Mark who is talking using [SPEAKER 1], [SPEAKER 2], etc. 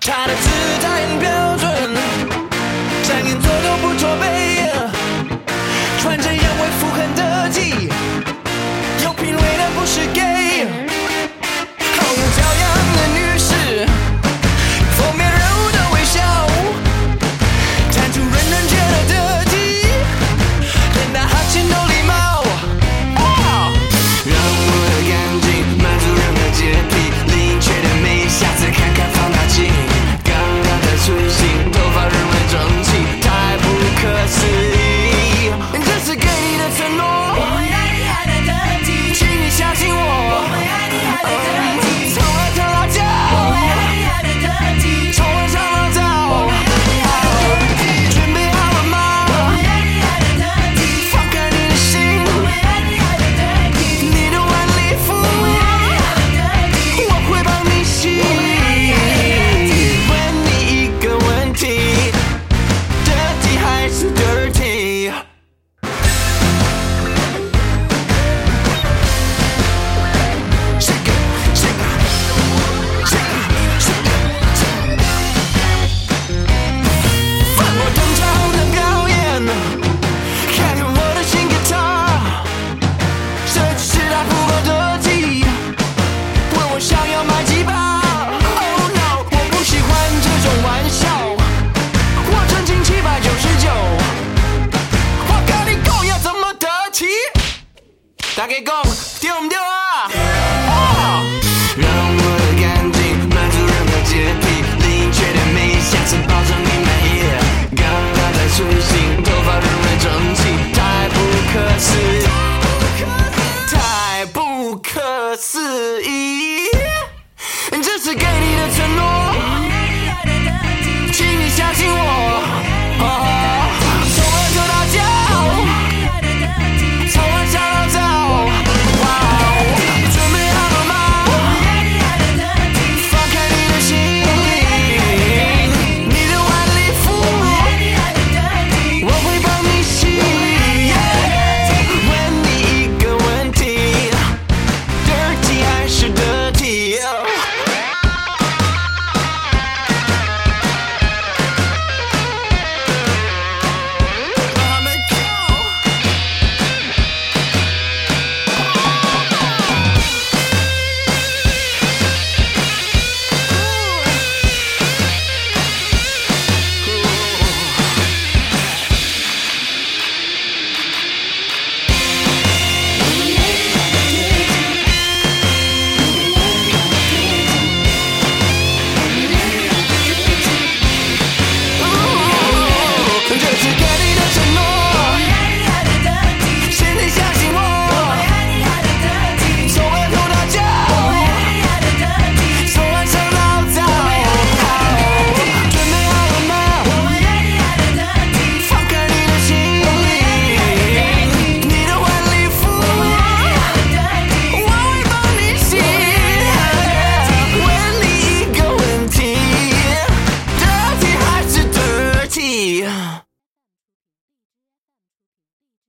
[SPEAKER 1] 他的姿态很标准，像你做都不驼背，穿着洋味服很得体，有品味的不是 gay，好有教养的女士，封面人物的微笑，站出人人觉得得体，连打哈欠都礼貌。啊
[SPEAKER 2] 让我的干净，满足人的洁癖，灵却的美，下次看看放大镜。刚刚的粗心，头发仍然整齐，太不可思议。
[SPEAKER 1] 这是给你的承诺，我们爱你爱的得体，请你相信我，我们爱你爱的得体，从来不辣椒，我们爱你爱的得体，从来上老早，我们爱你爱的得体，准备好了吗？我们爱你爱的得体，放开你的心，我们爱你爱的得体，你的晚礼服，我们爱你爱的得体，我会帮你洗，我们爱你爱的得体。
[SPEAKER 2] 问你一个问题，dirty 还是 dirty？
[SPEAKER 1] 我通常的表演，看看我的新吉他，这只是它不够得体，问我想要买几把？Oh no，我不喜欢这种玩笑，我纯情七百九十九，我跟你够要怎么得体？打给够。啊啊哦